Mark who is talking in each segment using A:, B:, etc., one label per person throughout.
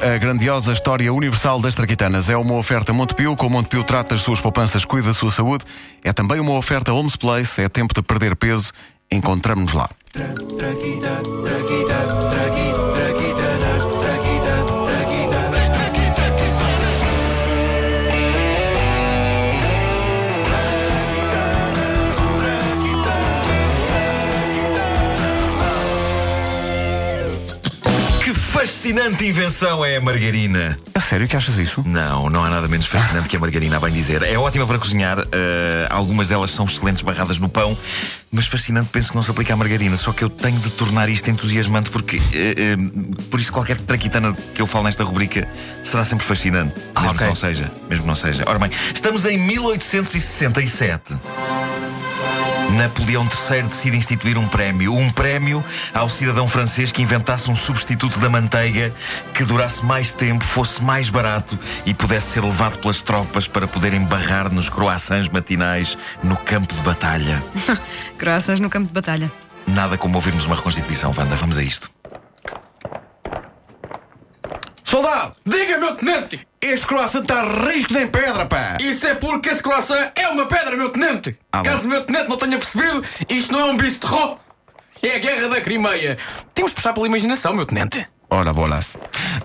A: A grandiosa história universal das traquitanas é uma oferta Montepio. Como Montepio trata as suas poupanças, cuida da sua saúde. É também uma oferta Homes Place. É tempo de perder peso. Encontramos-nos lá.
B: Que fascinante invenção é a margarina!
A: É sério que achas isso?
B: Não, não há nada menos fascinante que a margarina, a bem dizer. É ótima para cozinhar, eh, algumas delas são excelentes barradas no pão, mas fascinante penso que não se aplica à margarina. Só que eu tenho de tornar isto entusiasmante porque, eh, eh, por isso, qualquer traquitana que eu falo nesta rubrica será sempre fascinante, mesmo que
C: ok.
B: não seja. Mesmo que não seja. Ora bem, estamos em 1867. Napoleão III decide instituir um prémio. Um prémio ao cidadão francês que inventasse um substituto da manteiga que durasse mais tempo, fosse mais barato e pudesse ser levado pelas tropas para poderem barrar nos croissants matinais no campo de batalha.
D: Croaças no campo de batalha.
B: Nada como ouvirmos uma reconstituição, Wanda. Vamos a isto.
A: Soldado!
E: Diga, meu tenente!
A: Este croissant está risco nem pedra, pá!
E: Isso é porque esse croissant é uma pedra, meu tenente!
A: bom.
E: Caso o meu tenente não tenha percebido, isto não é um bistrô! É a guerra da Crimeia! Temos de puxar pela imaginação, meu tenente!
A: Ora, bolas.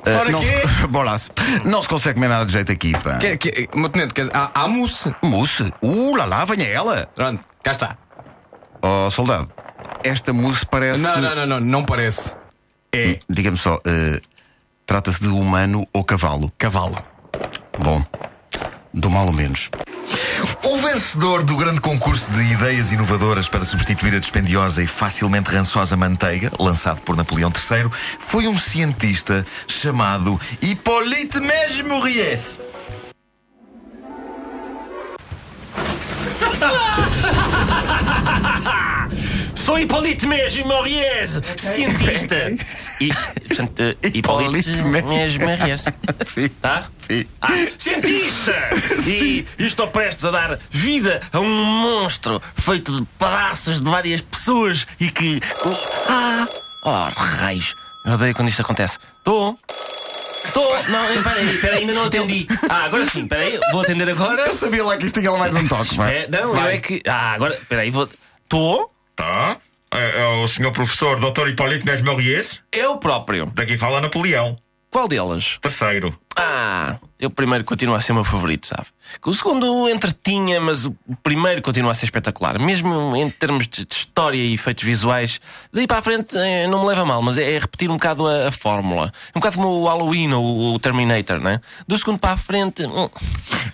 E: Ora
A: não
E: quê?
A: se... bolas. Não se consegue comer nada de jeito aqui, pá.
E: Que, que, meu tenente, quer dizer, há, há mousse!
A: é Mousse? Uh, lá lá, venha ela!
E: Pronto, cá está.
A: Oh, soldado, esta mousse parece...
E: Não, não, não, não, não parece. É
A: Diga-me só, eh, trata-se de humano ou cavalo?
E: cavalo.
A: Bom, do mal ou menos.
B: O vencedor do grande concurso de ideias inovadoras para substituir a dispendiosa e facilmente rançosa manteiga, lançado por Napoleão III, foi um cientista chamado Hippolyte Mesmuriès.
F: Sou Hipólito Mesmo Moriez, cientista. E, portanto, eh, Hipólito
A: Hipólito Mes-
F: Mesmo Moriez.
A: Sim.
F: Tá?
A: Sim.
F: Ah, cientista! E, e estou prestes a dar vida a um monstro feito de pedaços de várias pessoas e que. Ah! Oh, raios! Eu odeio quando isto acontece. Estou. Estou. Não, espera aí, espera aí, ainda não atendi. Ah, agora sim, espera aí, vou atender agora.
A: Eu sabia lá que isto tinha lá mais um toque, vai.
F: É, não, eu é que. Ah, agora, espera aí, vou. Estou.
B: Tá? É, é o senhor professor Dr. Hipólito Mesmuriès?
F: Eu próprio.
B: Daqui fala Napoleão.
F: Qual delas?
B: Terceiro.
F: Ah, eu primeiro continua a ser o meu favorito, sabe? O segundo entretinha, mas o primeiro continua a ser espetacular. Mesmo em termos de de história e efeitos visuais, daí para a frente eh, não me leva a mal, mas é é repetir um bocado a, a fórmula. Um bocado como o Halloween ou o Terminator, né? Do segundo para a frente. hum,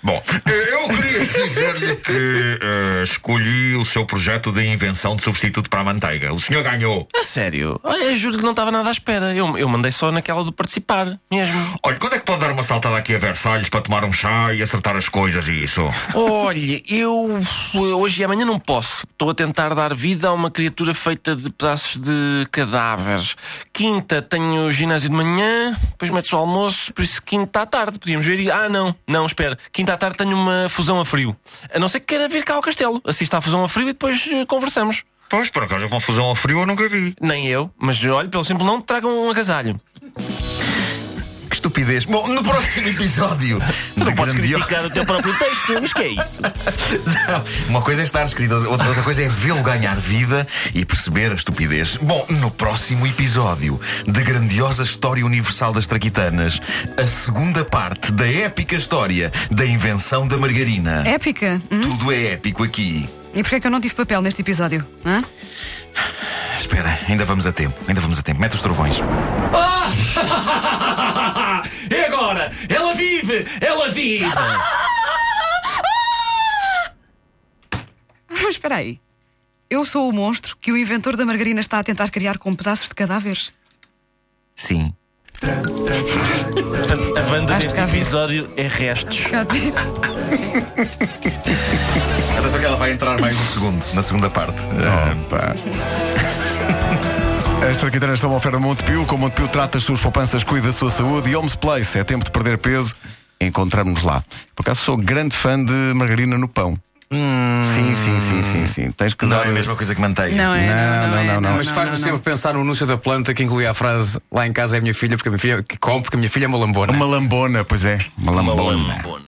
B: Bom, eu queria dizer-lhe que eh, escolhi o seu projeto de invenção de substituto para a manteiga. O senhor ganhou.
F: A sério? Olha, eu juro que não estava nada à espera. Eu, eu mandei só naquela de participar, mesmo.
B: Olha, quando é que pode dar uma saltada aqui a Versalhes para tomar um chá e acertar as coisas e isso?
F: Olha, eu hoje e amanhã não posso. Estou a tentar dar vida a uma criatura feita de pedaços de cadáveres. Quinta tenho ginásio de manhã, depois metes o almoço, por isso quinta à tarde podíamos ver. e- Ah, não, não, espera. Quinta à tarde tenho uma fusão a frio. A não ser que queira vir cá ao castelo. Assista à fusão a frio e depois eh, conversamos.
B: Pois, por acaso, a confusão ao frio eu nunca vi.
F: Nem eu, mas olha, pelo simples não tragam um agasalho.
B: Que estupidez. Bom, no próximo episódio
F: Tu
B: de
F: não podes
B: grandioso...
F: criticar o teu próprio texto, mas que é isso?
B: Uma coisa é estar escrito, outra, outra coisa é vê-lo ganhar vida e perceber a estupidez. Bom, no próximo episódio de grandiosa história universal das traquitanas, a segunda parte da épica história da invenção da margarina.
D: Épica. Hum?
B: Tudo é épico aqui.
D: E porquê é que eu não tive papel neste episódio? hã?
B: Espera, ainda vamos a tempo, ainda vamos a tempo. Mete os trovões.
F: É agora! Ela vive! Ela vive!
D: Mas espera aí. Eu sou o monstro que o inventor da margarina está a tentar criar com pedaços de cadáveres.
B: Sim.
F: A banda
D: Acho que
F: deste
D: há vida.
F: episódio é restos.
B: Atenção que ela vai entrar mais um segundo, na segunda parte. Oh. Eh,
A: Opa. As traquitanas são uma oferta Montepio. Como Montepio trata as suas poupanças, cuida da sua saúde. E Homes Place, é tempo de perder peso. Encontramos-nos lá. Por acaso sou grande fã de margarina no pão. Sim, sim, sim, sim, sim. Tens que
B: Não
A: dar.
B: é a mesma coisa que manteiga.
D: Não é?
A: Não, não,
D: é,
A: não, não.
E: Mas faz-me sempre pensar no anúncio da planta que inclui a frase lá em casa é a minha filha, porque a minha filha que compro, porque a minha filha é uma lambona.
A: Uma lambona, pois é. Uma
F: Uma
A: lambona.
F: lambona.